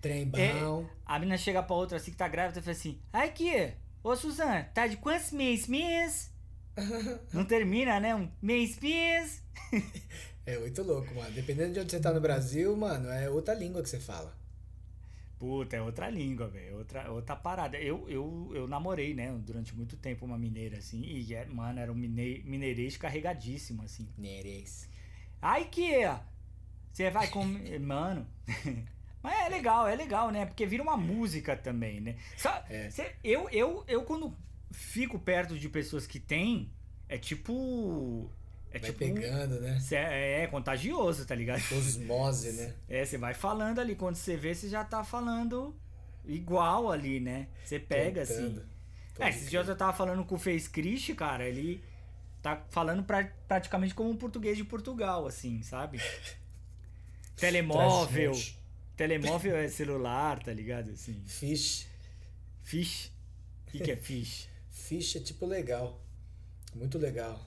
trem bom.
A menina chega pra outra assim que tá grávida e fala assim: Ai que. Ô Suzana, tá de quantos mês, mês? Não termina, né? Um mês, mês.
É. muito louco, mano. Dependendo de onde você tá no Brasil, mano, é outra língua que você fala.
Puta, é outra língua, velho. Outra, outra parada. Eu, eu, eu namorei, né, durante muito tempo uma mineira, assim, e, é- mano, era um mine- mineirês carregadíssimo, assim.
Nerês.
Ai que você vai com mano. (laughs) Mas é legal, é legal, né? Porque vira uma música também, né? Sa-
É.
cê- eu, eu, eu quando fico perto de pessoas que têm, é tipo é
Vai
tipo
pegando, né?
cê- é, contagioso, tá ligado?
Osmose, né?
É, você vai falando ali quando você vê, você já tá falando igual ali, né? Você pega assim.
Tentando.
É, esses dias eu tava falando com o Face Christ, cara, ele tá falando pra- praticamente como um português de Portugal, assim,
(laughs)
sabe? telemóvel.
Transnet.
telemóvel é celular, tá ligado? Assim.
Fish.
Fish. O que, que é fish?
Fish é tipo legal. Muito legal.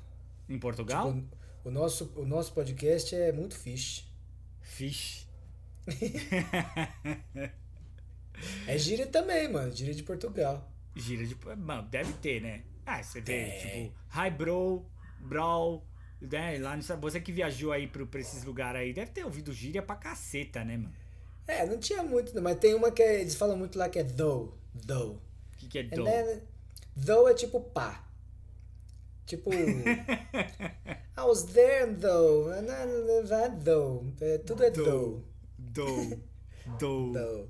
Em Portugal?
Tipo, o, nosso, o nosso podcast é muito fish.
Fish.
É gíria também, mano. Gíria de Portugal.
Gira de. Mano, deve ter, né? Ah, você vê,
Tem.
tipo, high bro, brawl. Né? Lá no, você que viajou aí pro, pra esses lugares aí, deve ter ouvido gíria pra caceta, né, mano?
É, não tinha muito, não, mas tem uma que é- eles falam muito lá que é though. Though.
O que, que é
É,
dom?
né? Though é tipo pá.
(laughs)
Tipo. I was there É, né, though. and I live at Though. É, tudo é though.
Though.
(laughs)
Dou. Dou.
Though.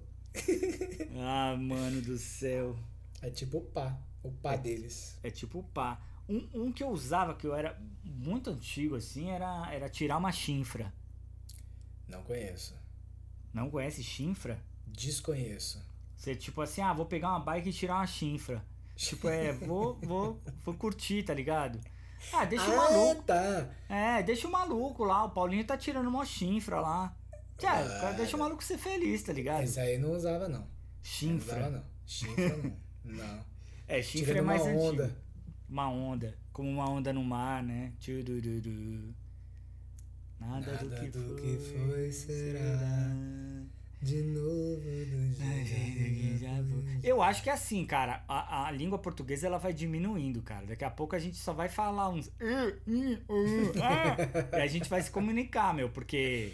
Ah, mano do céu.
É tipo pá. O pá deles.
É tipo pá. Um, um que eu usava, que eu era muito antigo assim, era, era tirar uma chinfra.
Não conheço.
Não conhece chinfra?
Desconheço.
Você tipo assim, ah, vou pegar uma bike e tirar uma chinfra. Tipo, é, vou, vou, vou curtir, tá ligado? Ah, deixa o maluco.
ah, tá.
É, deixa o maluco lá. O Paulinho tá tirando uma chinfra lá. É, o
Ah,
cara deixa o maluco ser feliz, tá ligado?
Essa aí eu não usava, não. Não usava,
Chinfra.
não. Chifra, não. Não.
É, chinfra é
Tirando uma
mais
onda.
antigo. Uma onda. Como uma onda no mar, né? Tchurururu. Nada, do que foi.
De novo do
(laughs)
jeito que já foi.
Eu acho que é assim, cara. A, a língua portuguesa ela vai diminuindo, cara. Daqui a pouco a gente só vai falar uns. "Ih, ih, uh, ah", e a gente vai se comunicar, meu, porque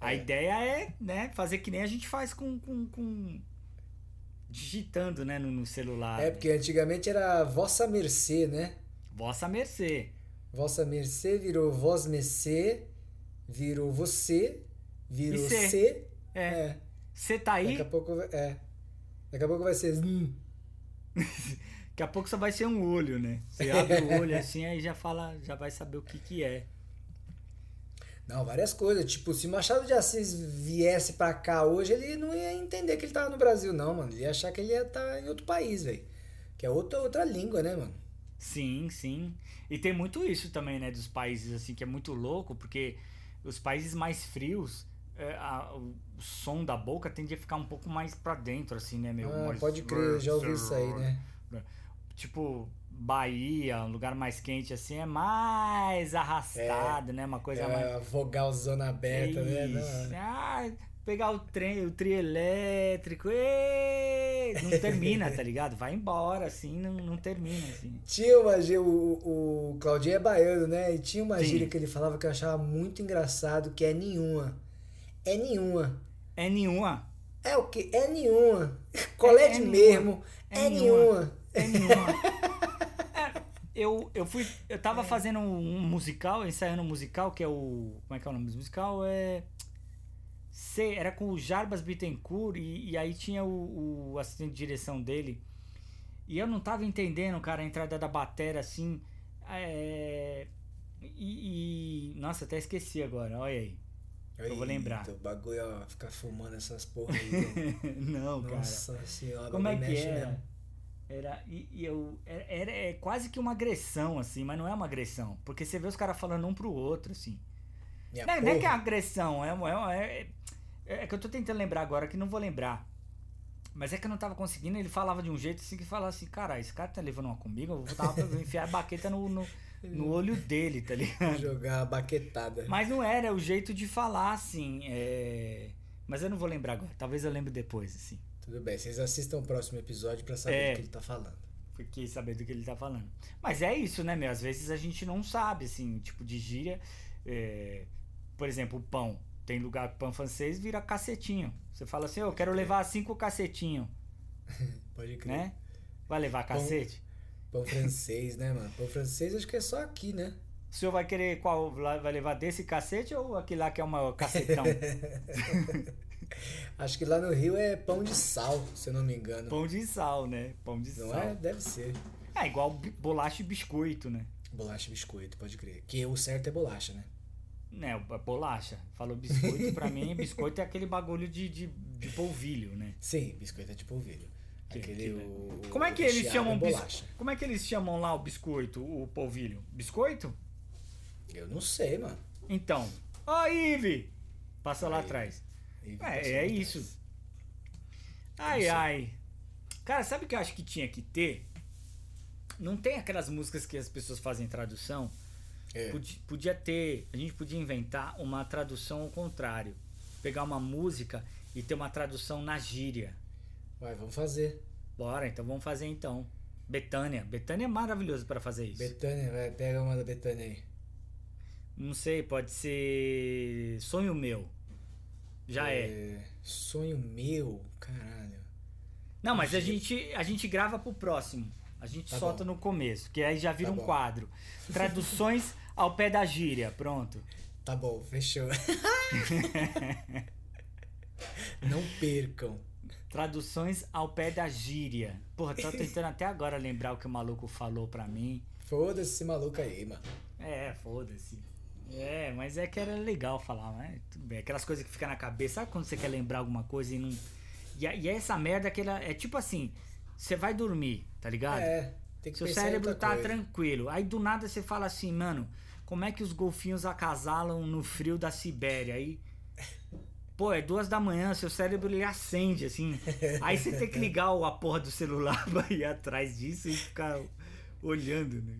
a ideia é, né, fazer que nem a gente faz com. com, com- digitando, né, no, no celular.
É, porque antigamente era vossa mercê, né?
Vossa mercê.
Vossa mercê virou vós mercê, virou você, virou
E cê.
cê.
É.
É.
Você tá aí,
Daqui a pouco vai- é. Daqui a pouco vai ser hum.
daqui a pouco só vai ser um olho, né?
(laughs)
Você abre o olho assim, aí já fala, já vai saber o que que é.
Não, várias coisas. Tipo, se Machado de Assis viesse pra cá hoje, ele não ia entender que ele tava no Brasil, não, mano. Ele ia achar que ele ia estar em outro país, velho. Que é outra, outra língua, né, mano?
Sim, sim. E tem muito isso também, né? Dos países, assim, que é muito louco, porque os países mais frios, é, a- o som da boca tende a ficar um pouco mais pra dentro, assim, né, meu?
Ah,
Mais-
pode crer, já ouvi isso aí, né?
Tipo, Bahia, um lugar mais quente, assim, é mais arrastado, né? Uma coisa mais.
É, a vogal zona aberta, né?
Isso.
Não,
Ah, pegar o trem, o trio elétrico, ê! não termina, tá ligado? Vai embora, assim, não, não termina, assim.
Tinha uma gíria, o, o Claudinho é baiano, né? E tinha uma
Sim.
gíria que ele falava que eu achava muito engraçado, que é nenhuma. É nenhuma.
É nenhuma.
É o quê? É nenhuma. (laughs) Colé
é
de
nenhuma.
mesmo.
É
É,
nenhuma.
nenhuma.
É nenhuma. (laughs) É, eu, eu fui. Eu tava fazendo um musical, ensaiando um musical, que é o. Como é que é o nome do musical? É. Sei, era com o Jarbas Bittencourt e, e aí tinha o, o assistente de direção dele. E eu não tava entendendo, cara, a entrada da batera assim. É, e, e- Nossa, até esqueci agora, olha aí. (laughs) Eu vou lembrar.
Eita, O bagulho, ó, ficar fumando essas porra
(laughs)
aí.
não, cara.
Nossa senhora,
Como é
bagulho
que
mexe
era?
mesmo.
Era, e, e eu, era, era- é quase que uma agressão, assim, mas não é uma agressão. Porque você vê os caras falando um pro outro, assim.
Minha
Não, é- não é que é
porra.
uma agressão, é, uma- é, uma- é- é- é que eu tô tentando lembrar agora, que não vou lembrar. Mas é que eu não tava conseguindo, ele falava de um jeito assim que falava assim, cara, esse cara tá levando uma comigo, eu vou, dar uma- eu vou enfiar a baqueta no, no,
(laughs) É.
no olho dele, tá ligado?
Jogar a baquetada.
Mas não era, o jeito de falar, assim. é, Mas eu não vou lembrar agora. Talvez eu lembre depois, assim.
Tudo bem, vocês assistam o próximo episódio pra saber
É.
do que ele tá falando.
Fiquei sabendo do que ele tá falando. Mas é isso, né, meu? Às vezes a gente não sabe, assim, tipo de gíria. é, Por exemplo, o pão. Tem lugar que pão francês vira cacetinho. Você fala assim, eu
É.
quero levar cinco cacetinho,
Pode crer.
né? Vai levar cacete?
Pão francês, né, mano? Pão francês acho que é só aqui, né?
O senhor vai querer qual? Vai levar desse cacete ou aquele lá que é uma cacetão?
(laughs) Acho que lá no Rio é pão de sal, se eu não me engano.
Pão de sal, né? Pão de
não
sal.
é? Deve ser.
É igual bi- bolacha e biscoito, né?
Bolacha e biscoito, pode crer. Que o certo é bolacha, né?
Né, a bolacha. Falou biscoito, pra mim, biscoito é aquele bagulho de, de, de polvilho, né?
Sim, biscoito é de polvilho.
Que-
Aquele.
que-
o, o-
Como é que
o
eles
recheado
chamam
é
bis-
bolacha?
Como é que eles chamam lá o biscoito, o polvilho? Biscoito?
Eu não sei, mano.
Então. Ó, Ive! Passa lá
Aí.
atrás.
E-
É, é isso. Ai,
sei.
ai. Cara, sabe o que eu acho que tinha que ter? Não tem aquelas músicas que as pessoas fazem tradução?
É.
Podi- Podia ter, a gente podia inventar uma tradução ao contrário. Pegar uma música e ter uma tradução na gíria.
Vai, vamos fazer.
Bora, então vamos fazer então. Betânia. Betânia é maravilhoso pra fazer isso.
Betânia, vai, pega uma da Betânia aí.
Não sei, pode ser Sonho Meu. Já é.
Sonho meu, caralho.
Não, mas a gente, a gente grava pro próximo. A gente
Tá
solta
bom.
no começo, que aí já vira
Tá
um
bom.
quadro. Traduções ao pé da gíria, pronto.
Tá bom,
(laughs)
fechou. não percam.
Traduções ao pé da gíria. Porra,
(laughs)
tô tentando até agora lembrar o que o maluco falou pra mim.
Foda-se esse maluco aí, mano.
É, foda-se. É, mas é que era legal falar, né? Tudo bem. Aquelas coisas que ficam na cabeça. Sabe quando você quer lembrar alguma coisa e não. E, a- e é essa merda que ela. É tipo assim: você vai dormir, tá ligado?
É, tem que
Seu
pensar em
cérebro
outra
tá
coisa.
tranquilo. Aí do nada você fala assim, mano, como é que os golfinhos acasalam no frio da Sibéria? Aí. Pô, é duas da manhã, seu cérebro ele acende,
(laughs)
assim. Aí você tem que ligar o- a porra do celular (laughs) pra ir atrás disso e ficar olhando, né?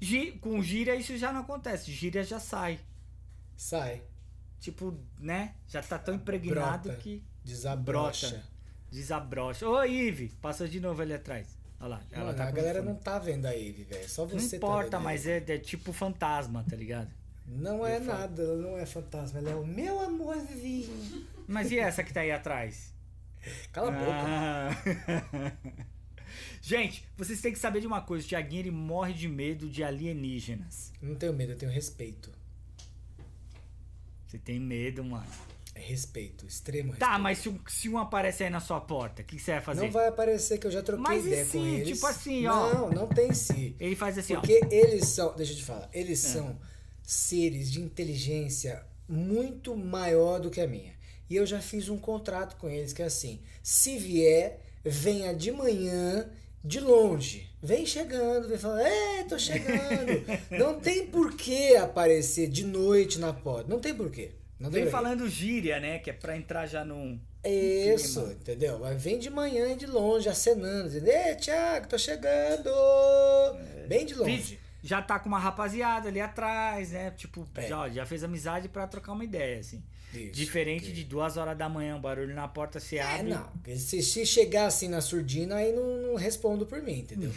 Gi- com gíria isso já não acontece. Gíria já sai.
(laughs) Sai,
Tipo, né? Já tá tão impregnado
Brota.
que
desabrocha.
Brota. desabrocha. Ô, Ive, passou de novo ali atrás. Olha lá. Ela
Mano,
tá
a
com
galera
fone.
não tá vendo a Eve, velho. Só
Não
você
importa,
tá vendo a
mas é, é tipo fantasma, tá ligado?
Eve. Não é
Eu falo.
nada, ela não é fantasma. Ela é o meu amorzinho.
Mas e essa que tá aí atrás?
Cala a boca.
Ah. (laughs) Gente, vocês têm que saber de uma coisa: o Tiaguinho ele morre de medo de alienígenas.
Não tenho medo, eu tenho respeito.
Você tem medo, mano.
É respeito, extremo respeito.
Tá, mas se um, se um aparece aí na sua porta, o que, que você vai fazer?
Não vai aparecer que eu já troquei
Mas e
ideia
se,
com eles.
tipo assim, ó.
Não, não tem se.
Ele faz assim, ó. É.
Porque eles são, deixa eu te falar, eles são seres de inteligência muito maior do que a minha. E eu já fiz um contrato com eles que é assim: se vier, venha de manhã, de longe. Vem chegando, vem falando, é, tô
(laughs)
chegando. não tem porquê aparecer de noite na porta. Não tem porquê. Não tem
Vem
porquê.
falando gíria, né? Que é pra entrar já num.
É Isso,
clima.
entendeu? Mas vem de manhã e de longe, acenando, dizendo, Ê, Thiago, tô chegando!
É.
Bem de longe.
Vixe, Já tá com uma rapaziada ali atrás, né? Tipo,
É.
já, já fez amizade pra trocar uma ideia, assim.
Isso,
Diferente
ok.
de duas horas da manhã, um barulho na porta, você
É,
abre.
não. porque Se, se chegar assim na surdina, aí não, não respondo por mim,
(laughs)
entendeu?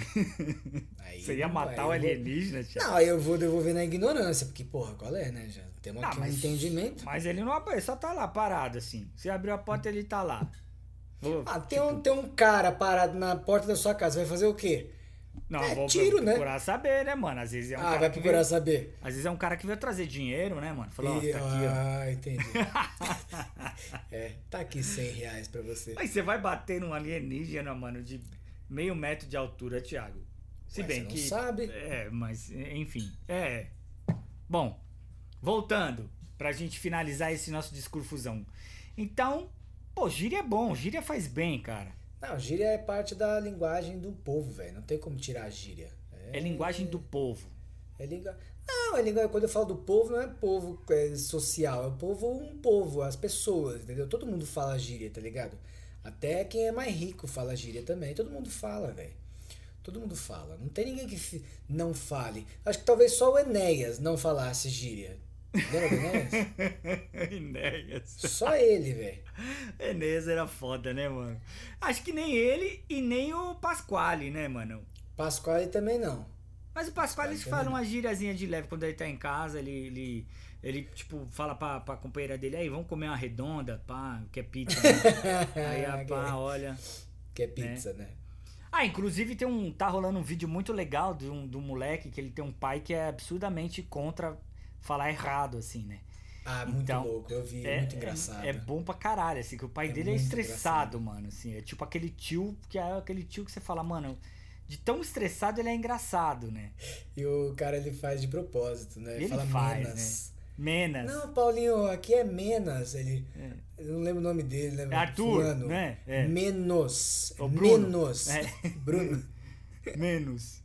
Aí
Você ia
não- aí
matar
eu
o
vou-
alienígena, Thiago?
Não, aí eu vou devolver na ignorância, porque, porra, qual é, né? Já temos
Ah,
aqui
mas-
um entendimento.
Mas ele não aparece, só tá lá parado assim. Você abriu a porta, ele tá lá. Vou- tipo,
Ah, tem, um, tem um cara parado na porta da sua casa, vai fazer o quê?
não,
é,
vou
tiro, né?
procurar saber, né, mano? Às vezes é um
ah,
cara
vai
que
procurar
veio-
saber.
Às vezes é um cara que veio trazer dinheiro, né, mano? Falou, ó,
E-
tá aqui, ó.
ah, entendi. é, tá aqui 100 reais pra você.
(laughs) Aí você vai bater num alienígena, mano, de meio metro de altura, Thiago. Se
Ué,
bem
você não
que.
sabe.
É, mas, enfim. É. Bom, voltando, pra gente finalizar esse nosso discurfusão. Então, pô, gíria é bom, gíria faz bem, cara.
Não, gíria é parte da linguagem do povo, velho. Não tem como tirar a gíria.
É linguagem do povo.
É língua. Não, é língua. Quando eu falo do povo, não é povo é, social, é o povo um povo, as pessoas, entendeu? Todo mundo fala gíria, tá ligado? Até quem é mais rico fala gíria também. Todo mundo fala, velho. Todo mundo fala. Não tem ninguém que fi- não fale. Acho que talvez só o Enéas não falasse gíria. Lembra do
(laughs) (laughs)
Enéas?
Enéas.
Só ele, velho.
Enéas era foda, né, mano? Acho que nem ele e nem o Pasquale, né, mano?
Pasquale também não.
Mas o Pasquale ele
Pasquale
fala
também.
uma gíriazinha de leve quando ele tá em casa, ele, ele, ele tipo, fala pra, pra companheira dele, aí, vamos comer uma redonda, pá, que é pizza. (laughs) né?" (laughs) aí
(laughs)
a pá, olha.
é- que é pizza, né?
Ah, inclusive tem um. Tá rolando um vídeo muito legal de um, de um moleque que ele tem um pai que é absurdamente contra falar errado, assim, né?
Ah, muito
Então,
louco. Eu vi, muito engraçado.
É, bom pra caralho, assim, que o pai
É
dele é
muito
estressado, mano, assim. É tipo aquele tio, que é aquele tio que você fala, mano, de tão estressado ele é engraçado, né?
E o cara ele faz de propósito, né?
Ele
Fala
faz,
Menas.
Menas. É.
Não, Paulinho, aqui é Menas. Ele. Eu não lembro o nome dele, né? mano?
Arthur,
Fulano.
né? É.
Menos.
Ô, Bruno.
Menos.
É.
Bruno.
Menos.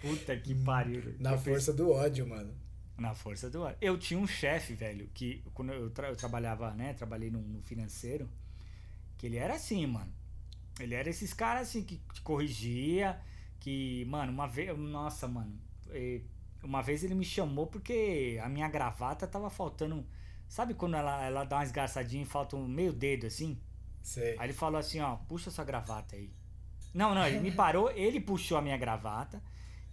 Puta que pariu.
Hum, Na
Eu fiz-
força do ódio, mano.
Na força do ar. Eu tinha um chefe, velho, que quando eu, tra- eu trabalhava, né? Trabalhei no, no financeiro, que ele era assim, mano. Ele era esses caras assim que te corrigia, que, mano, uma vez. Nossa, mano. eh, Uma vez ele me chamou porque a minha gravata tava faltando. Sabe quando ela, ela dá uma esgarçadinha e falta um meio dedo assim?
Sei.
Aí ele falou assim, ó, puxa sua gravata aí. Não, não, ele me parou, ele puxou a minha gravata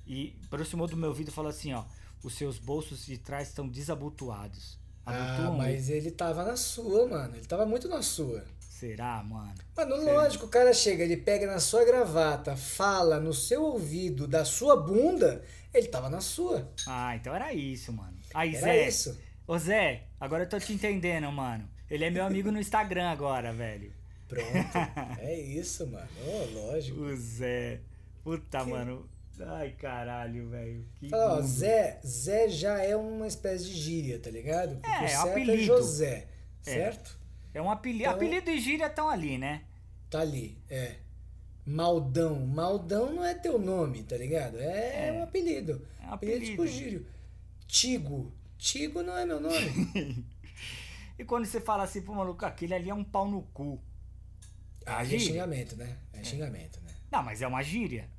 e aproximou do meu ouvido e falou assim, ó, os seus bolsos de trás estão desabotoados. um
Ah,
Abotoam?
mas ele tava na sua, mano. Ele tava muito na sua.
Será, mano?
Mano, lógico, o cara chega, ele pega na sua gravata, fala no seu ouvido da sua bunda, ele tava na sua.
Ah, então era isso, mano. Aí,
Era
Zé.
isso.
Ô, Zé, agora eu tô te entendendo, mano. Ele é meu amigo no Instagram agora, velho.
Pronto.
(laughs)
é isso, mano. Ô, lógico.
O Zé. Puta, mano. Ai, caralho, velho. Que
Fala, ó,
mundo.
Zé, Zé já é uma espécie de gíria, tá ligado? Porque
É,
o certo
apelido.
é José,
É.
certo?
É um apelido.
Então-
Apelido e gíria estão ali, né?
Tá ali, é. Maldão. Maldão não é teu nome, tá ligado? É, um apelido.
É um
apelido. tipo
apelido.
gírio. Tigo. Tigo não é
(laughs)
meu nome.
E quando você fala assim pro maluco, aquele ali é um pau no cu.
Aí é
Gíria?
xingamento, né? É xingamento, né?
Não, mas é uma gíria.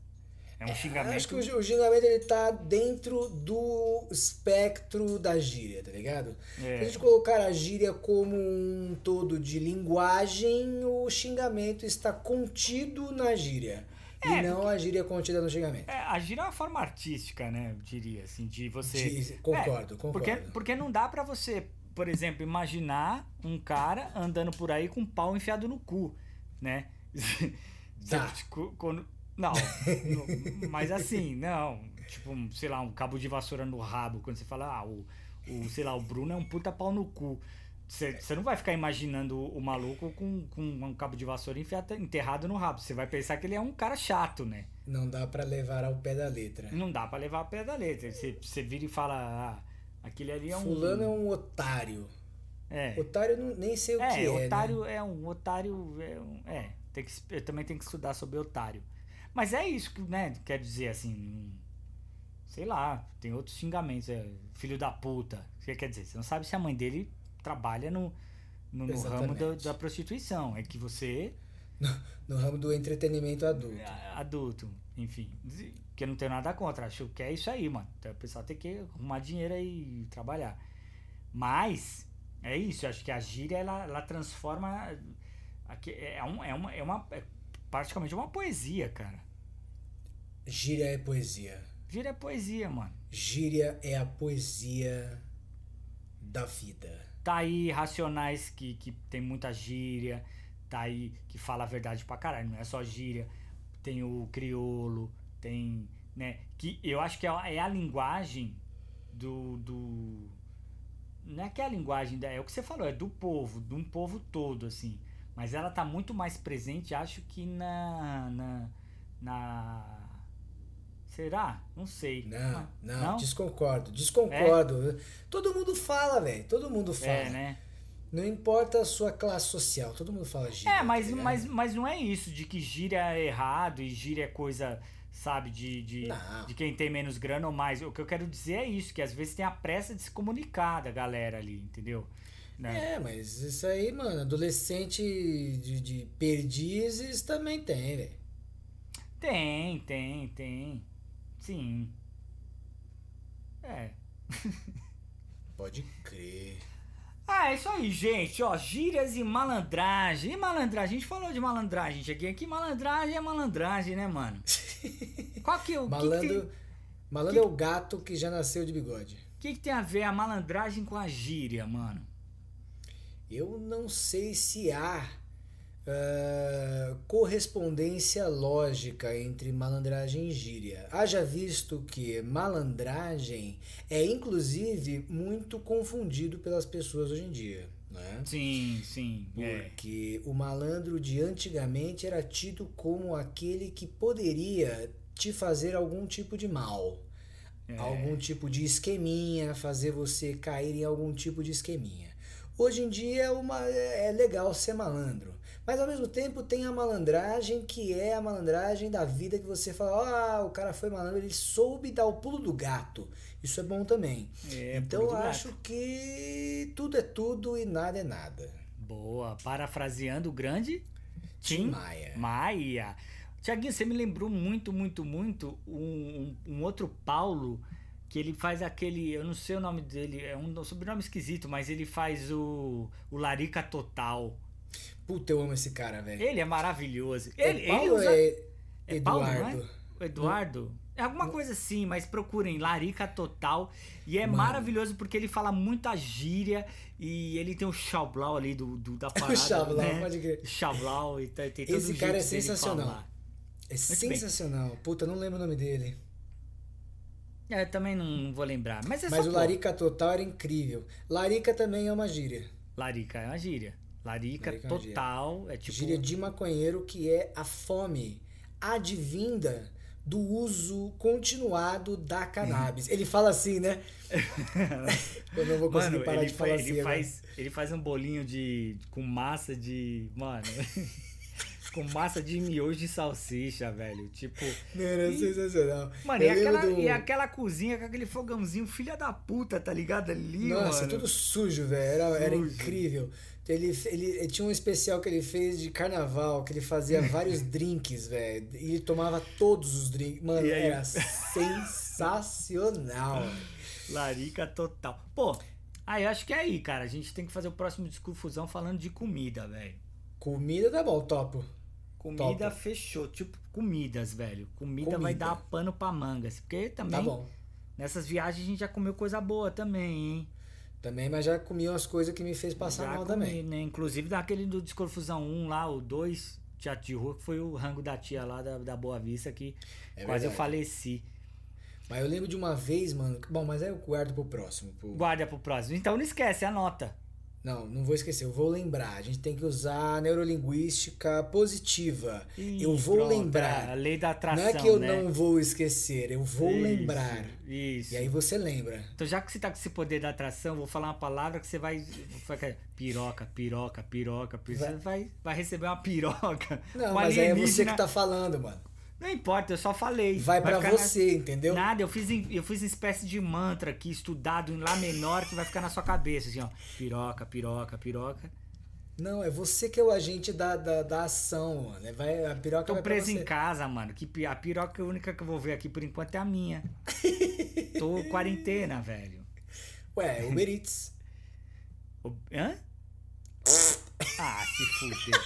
É um xingamento.
Acho que o, gi- o xingamento ele tá dentro do espectro da gíria, tá ligado?
É.
Se a gente colocar a gíria como um todo de linguagem, o xingamento está contido na gíria. e não a gíria contida no xingamento.
É, a gíria é uma forma artística, né? Eu diria, assim, de você.
De- concordo,
É,
concordo.
Porque, porque não dá pra você, por exemplo, imaginar um cara andando por aí com um pau enfiado no cu, né? (laughs) Você-
Dá.
cu- quando- não, não, mas assim, não. Tipo, um, sei lá, um cabo de vassoura no rabo, quando você fala, ah, o, o sei lá, o Bruno é um puta pau no cu. Você você não vai ficar imaginando o maluco com, com um cabo de vassoura enfiado, enterrado no rabo. Você vai pensar que ele é um cara chato, né?
Não dá pra levar ao pé da letra.
Não dá pra levar a pé da letra. Você, você vira e fala, ah, aquele ali é um.
Fulano é um otário.
É,
Otário eu não, nem sei o
é,
que é. né?
otário é um. Otário é um. É, tem que, es- eu também tenho que estudar sobre otário. Mas é isso que, né? Quer dizer assim. hum, Sei lá, tem outros xingamentos. É, filho da puta. O que quer dizer? Você não sabe se a mãe dele trabalha no, no, no ramo da,
Exatamente.
da prostituição. É que você
No ramo do entretenimento adulto.
a- adulto, enfim. diz- Que eu não tenho nada contra, acho que é isso aí, mano. Então, o pessoal tem que arrumar dinheiro aí e trabalhar. Mas, é isso, eu acho que a gíria, ela, ela transforma. aqui- É, um- é uma. É uma é praticamente uma poesia, cara.
Gíria é poesia.
Gíria é poesia, mano.
Gíria é a poesia da vida.
Tá aí Racionais que, que tem muita gíria, tá aí que fala a verdade pra caralho, não é só gíria. Tem o criolo, tem. né? Que eu acho que é a, é a linguagem do, do. Não é que é a linguagem, da- é o que você falou, é do povo, de um povo todo, assim. Mas ela tá muito mais presente, acho que na. na. na- Será? Não sei.
Não,
Ah,
não, desconcordo, desconcordo. Todo mundo fala, velho. Todo mundo fala.
É, né?
Não importa a sua classe social, todo mundo fala gíria.
É, mas,
tá ligado?
mas, mas não é isso de que gíria é errado e gíria é coisa, sabe, de, de,
Não.
de quem tem menos grana ou mais. O que eu quero dizer é isso, que às vezes tem a pressa de se comunicar da galera ali, entendeu? Né?
É, mas isso aí, mano, adolescente de, de perdizes também tem, velho.
Tem, tem, tem. Sim. É.
Pode crer.
Ah, é isso aí, gente. Ó, gírias e malandragem. E malandragem? A gente falou de malandragem, cheguei aqui. Malandragem é malandragem, né,
(laughs)
mano? Qual que é o que que, tem,
Malandro, malandro é o gato que já nasceu de bigode.
que que tem a ver a malandragem com a gíria, mano?
Eu não sei se há ah, correspondência lógica entre malandragem e gíria. Haja visto que malandragem é inclusive muito confundido pelas pessoas hoje em dia, né?
Sim, sim. É.
Porque o malandro de antigamente era tido como aquele que poderia te fazer algum tipo de mal,
É.
algum tipo de esqueminha, fazer você cair em algum tipo de esqueminha. Hoje em dia é uma- é legal ser malandro, mas ao mesmo tempo tem a malandragem que é a malandragem da vida que você fala, ah, o cara foi malandro, ele soube dar o pulo do gato. Isso é bom também.
É,
então
pulo
eu
do gato.
acho que tudo é tudo e nada é nada.
Boa. Parafraseando o grande Tim
Maia.
Maia. Tiaguinho, você me lembrou muito, muito, muito um, um- um outro Paulo que ele faz aquele. Eu não sei o nome dele, é um sobrenome esquisito, mas ele faz o, o Larica Total.
Puta, eu amo esse cara, velho.
Ele é maravilhoso.
É
Ele, ele
Paulo
usa.
é
É Paulo, não é?
Eduardo. (laughs)
O Eduardo? É alguma coisa assim, mas procurem Larica Total. E é
Mano.
maravilhoso porque ele fala muita gíria e ele tem o Xablau ali do, do- da parada.
(laughs) o Chavo lá,
né?
pode crer.
Xablau e tá, tem, tem todo
Esse
o
cara
jeito
é
dele
sensacional.
falar.
É
bem.
sensacional. Puta, não lembro o nome dele.
É, também não, não vou lembrar. Mas é
Mas
só
o
pô,
Larica Total era incrível. Larica também é uma gíria.
Larica é uma gíria. Larica,
Larica é uma gíria.
total é tipo.
Gíria de maconheiro que é a fome advinda do uso continuado da cannabis. Ele fala assim,
(laughs)
né? Eu não vou conseguir
Mano,
parar
ele,
de
fa-
falar
ele
assim. agora.
faz, ele faz um bolinho de com massa de, mano, (laughs) com massa de miojo de salsicha, velho. Tipo,
Não, era é sensacional.
mano,
Eu
e
lembro
aquela,
do-
e aquela cozinha com aquele fogãozinho filha da puta, tá ligado ali,
Nossa, é
mano.
tudo sujo, velho. Era, era
Sujo.
incrível. Ele, ele, ele tinha um especial que ele fez de carnaval, que ele
(laughs)
fazia vários drinks, velho. E ele tomava todos os drinks. Mano,
E aí?
era sensacional.
Larica total. Pô, aí eu acho que é aí, cara. A gente tem que fazer o próximo discufusão falando de comida, velho.
Comida tá bom, topo.
Comida
Topo.
fechou, tipo comidas, velho. Comida, vai
Comida.
dar pano pra mangas, porque também
Tá bom.
nessas viagens a gente já comeu coisa boa também, hein?
Também, mas já comi umas coisas que me fez passar
Já
mal
comi,
também.
Né? Inclusive daquele do Desconfusão 1 lá, o 2, Teatro de Rua, que foi o rango da tia lá da, da Boa Vista, que
É
quase eu
verdade.
faleci.
Mas eu lembro de uma vez, mano. que- Bom, mas aí eu guardo pro próximo. pro-
Guarda pro próximo. Então não esquece, anota.
Não, não vou esquecer, eu vou lembrar. A gente tem que usar a neurolinguística positiva.
Ih,
eu vou
pronto,
lembrar.
é, A lei da atração,
não é que eu
né?
não vou esquecer, eu vou
Isso,
lembrar.
Isso.
E aí você lembra.
Então, já que você tá com esse poder da atração, vou falar uma palavra que você vai. vai ficar, piroca, piroca, piroca. piroca. Você vai, vai receber uma piroca.
Não,
um
mas aí é você
alienígena.
que tá falando, mano.
Não importa, eu só falei.
Vai pra
ficar na-
você, entendeu?
Nada, eu fiz, em- eu fiz uma espécie de mantra aqui, estudado em Lá menor, que vai ficar na sua cabeça, assim, ó. Piroca, piroca, piroca.
Não, é você que é o agente da, da, da ação, mano. É, Vai, a piroca
Tô
vai
preso
pra
em
você.
casa, mano. Que pi- a piroca única que eu vou ver aqui por enquanto é a
(laughs)
minha. Tô em quarentena, velho.
Ué,
(laughs)
Uber Eats.
O- Hã? Ah, se fudeu.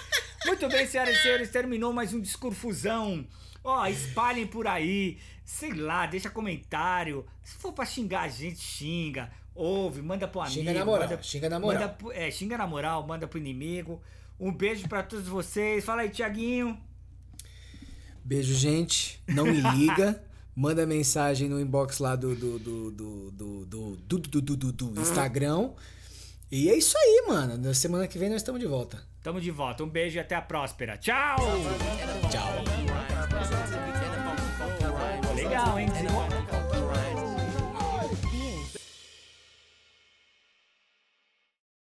Muito bem, senhoras e senhores, terminou mais um Discurfusão. Ó, espalhem por aí, sei lá, deixa comentário. Se for pra xingar a gente, xinga. Ouve, manda pro amigo.
Xinga na moral,
manda-
xinga na moral.
Manda, pro- é, xinga na moral, manda pro inimigo. Um beijo pra todos vocês. Fala aí, Tiaguinho.
Beijo, gente. Não me liga. Manda mensagem no inbox lá do do do do do do, do, do, do, do, do Instagram. E é isso aí, mano. Na semana que vem nós estamos de volta.
Tamo de volta. Um beijo e até a próspera. Tchau!
Tchau.
Legal, hein? Desenvolve.